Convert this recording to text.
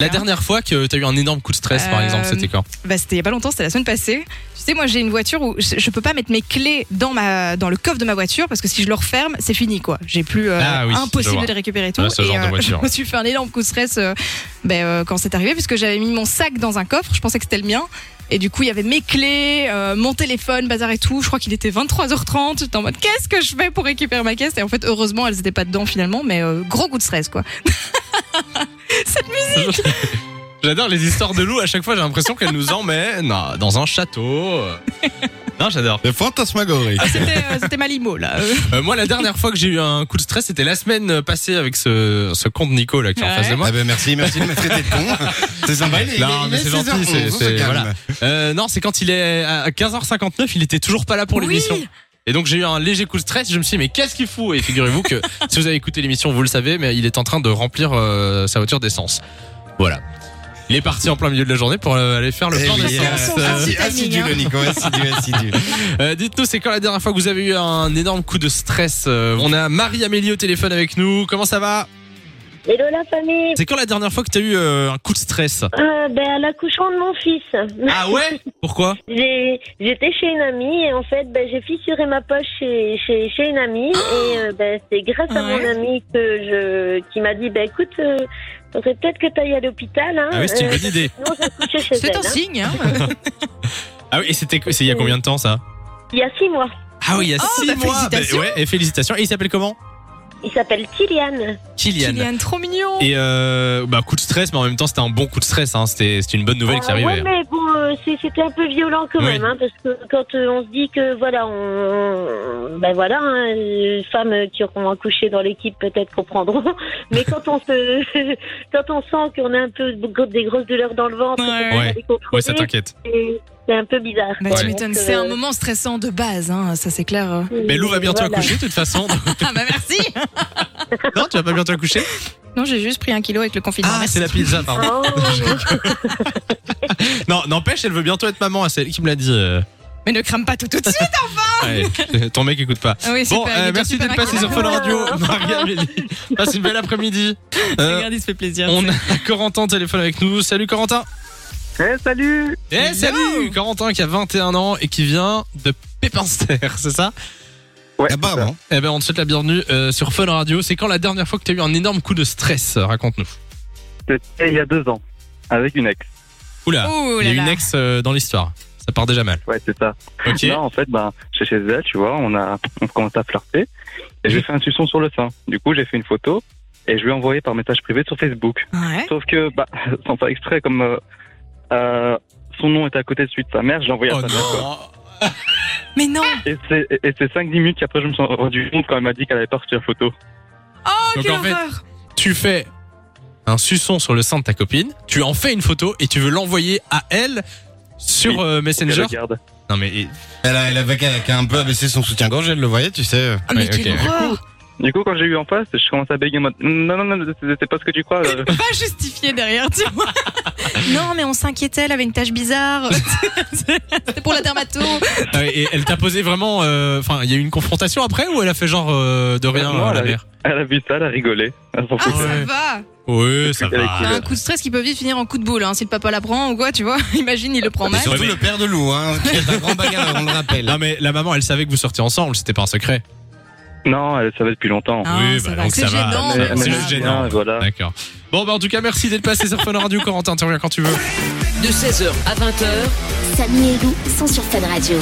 La dernière fois que tu as eu un énorme coup de stress, par Euh, exemple, c'était quand Bah, c'était il y a pas longtemps, c'était la semaine passée. Tu sais, moi j'ai une voiture où je, je peux pas mettre mes clés dans ma dans le coffre de ma voiture parce que si je le referme, c'est fini quoi. J'ai plus euh, Ah oui, je impossible vois. de les récupérer et tout. Ouais, ce et, euh, genre de je voiture. me suis fait un énorme coup de stress euh, ben, euh, quand c'est arrivé puisque j'avais mis mon sac dans un coffre, je pensais que c'était le mien. Et du coup, il y avait mes clés, euh, mon téléphone, bazar et tout. Je crois qu'il était 23h30. J'étais en mode, qu'est-ce que je fais pour récupérer ma caisse Et en fait, heureusement, elles étaient pas dedans finalement, mais euh, gros coup de stress, quoi. J'adore les histoires de loups, à chaque fois j'ai l'impression qu'elles nous emmènent euh, dans un château. Non, j'adore. C'est fantasmagorique. Ah, C'était euh, c'était ma limo, là. Euh, moi, la dernière fois que j'ai eu un coup de stress, c'était la semaine passée avec ce, ce compte Nico là qui est en face de moi. Ah ben merci, merci de me traiter de con. C'est sympa. il est- Non, il mais est c'est gentil, 16h11, c'est- on se c'est- hein, calme. Eh voilà. Euh, non, c'est quand il est à 15h59, il était toujours pas là pour Oui. l'émission. Et donc j'ai eu un léger coup de stress, je me suis dit mais qu'est-ce qu'il fout Et figurez-vous que si vous avez écouté l'émission, vous le savez, mais il est en train de remplir euh, sa voiture d'essence. Voilà. Il est parti en plein milieu de la journée pour euh, aller faire le Eh plein oui, d'essence. euh, Euh, assi- timing, Assidu, hein. le Nico, assidu, assidu. euh, Dites-nous, c'est quand la dernière fois que vous avez eu un énorme coup de stress Euh, On a Marie-Amélie au téléphone avec nous, comment ça va Hello la famille, C'est quand la dernière fois que t'as eu euh, un coup de stress euh, ben, à l'accouchement de mon fils. Ah ouais Pourquoi J'ai- J'étais chez une amie et en fait ben, j'ai fissuré ma poche chez, chez, chez une amie et euh, ben, c'est grâce à mon Ouais. amie que je, qui m'a dit ben, écoute, euh, faudrait peut-être que tu ailles à l'hôpital. Hein, Ah oui, c'est une bonne idée. euh, sinon, j'accouchais chez C'est elle. un hein. signe, hein. Ah oui, et c'était c'est il y a combien de temps ça hein. Il y a six mois. Ah oui, il y a Oh, six bah, mois. Bah, félicitations. ouais, et félicitations. Et il s'appelle comment Il s'appelle Kylian. Kylian. Kylian, trop mignon. Et euh, bah coup de stress, mais en même temps c'était un bon coup de stress. Hein. C'était c'était une bonne nouvelle Ah, qui Euh, arrivait. ouais, mais bon, euh, c'est- c'était un peu violent quand Oui. même, hein, parce que quand euh, on se dit que voilà, on, ben voilà, hein, les femmes euh, qui auront accouché dans l'équipe peut-être comprendront, mais quand on se, quand on sent qu'on a un peu des grosses douleurs dans le ventre, Ouais. qu'on a Ouais. des contrôles, Ouais, ça t'inquiète. c'est c'est un peu bizarre. Bah, Ouais. tu Donc, m'étonnes, euh, c'est un moment stressant de base, hein, ça c'est clair. Mais Lou va bientôt voilà. accoucher de toute façon. Ah bah merci non, tu vas pas bientôt accoucher Non, j'ai juste pris un kilo avec le confinement. Ah, merci. c'est la pizza, pardon. Oh, Non, n'empêche, elle veut bientôt être maman. C'est elle qui me l'a dit. euh. Mais ne crame pas tout tout de suite Ouais, ton mec écoute pas. Ah oui, Bon, super, il euh, est déjà merci super d'être passé inquiet. sur Fun Radio, Marie-Amélie. Passe une belle après-midi. Euh, Regarde, il se fait plaisir. on a Corentin au téléphone avec nous. Salut Corentin. Eh, salut Eh Hello. salut Corentin qui a 21 ans et qui vient de Pépinster, c'est ça Ouais, Apparemment. Eh ben on te souhaite la bienvenue euh, sur Fun Radio. C'est quand la dernière fois que tu as eu un énorme coup de stress Raconte-nous. C'était il y a deux ans, avec une ex. Oula, Ouh il y a Oh, là une là. ex euh, dans l'histoire. Ça part déjà mal. Ouais, c'est ça. Ok. Là, en fait, ben, chez chez elle, tu vois, on a, on commence à flirter. Et je lui ai fait un suçon sur le sein. Du coup, j'ai fait une photo et je lui ai envoyé par message privé sur Facebook. Ouais. Sauf que, bah, sans faire exprès, comme euh, euh, son nom était à côté de celui de sa mère, je l'ai envoyé à Oh sa mère. quoi. non. Mais non Et c'est, et c'est 5-10 minutes qu'après, je me suis rendu compte quand elle m'a dit qu'elle avait pas reçu la photo. Oh, Donc, quelle en fait- horreur Tu fais un suçon sur le sein de ta copine, tu en fais une photo et tu veux l'envoyer à elle sur Oui, euh, Elle Messenger. regarde. Non mais Elle, a- elle avait qu'à- qu'à un peu abaissé son soutien-gorge, elle le voyait, tu sais. Ah, Mais Ouais, quelle ok. horreur Du coup, quand j'ai eu en face, je commence à bégayer en mode Non, non, non, c'est c'est pas ce que tu crois. euh. Pas justifié derrière, tu vois Non, mais on s'inquiétait, elle avait une tache bizarre. C'était pour la dermato. Ah, et elle t'a posé vraiment. euh, Enfin, il y a eu une confrontation après ou elle a fait genre euh, de rien Non, à la elle a- mère Elle a vu ça, elle a rigolé. Elle s'en Ah, foutait. Ouais. ça va Oui, ça Elle a va. écrit- Un coup de stress qui peut vite finir en coup de boule, hein, si le papa la prend ou quoi, tu vois. Imagine, il le prend Et mal. surtout Ah, Ouais, mais- le père de loup, hein, qui est un grand bagarre, on le rappelle. Non mais la maman, elle savait que vous sortiez ensemble, c'était pas un secret. Non, elle le savait depuis longtemps. Ah, oui, ça bah, va. donc C'est ça va. gênant, Mais- mais mais C'est voilà. juste gênant. Ah, voilà. D'accord. Bon, bah en tout cas, merci d'être passé sur Fun Radio, Corentin. Tu reviens quand tu veux. De 16h à 20h, Samy et Lou sont sur Fan Radio.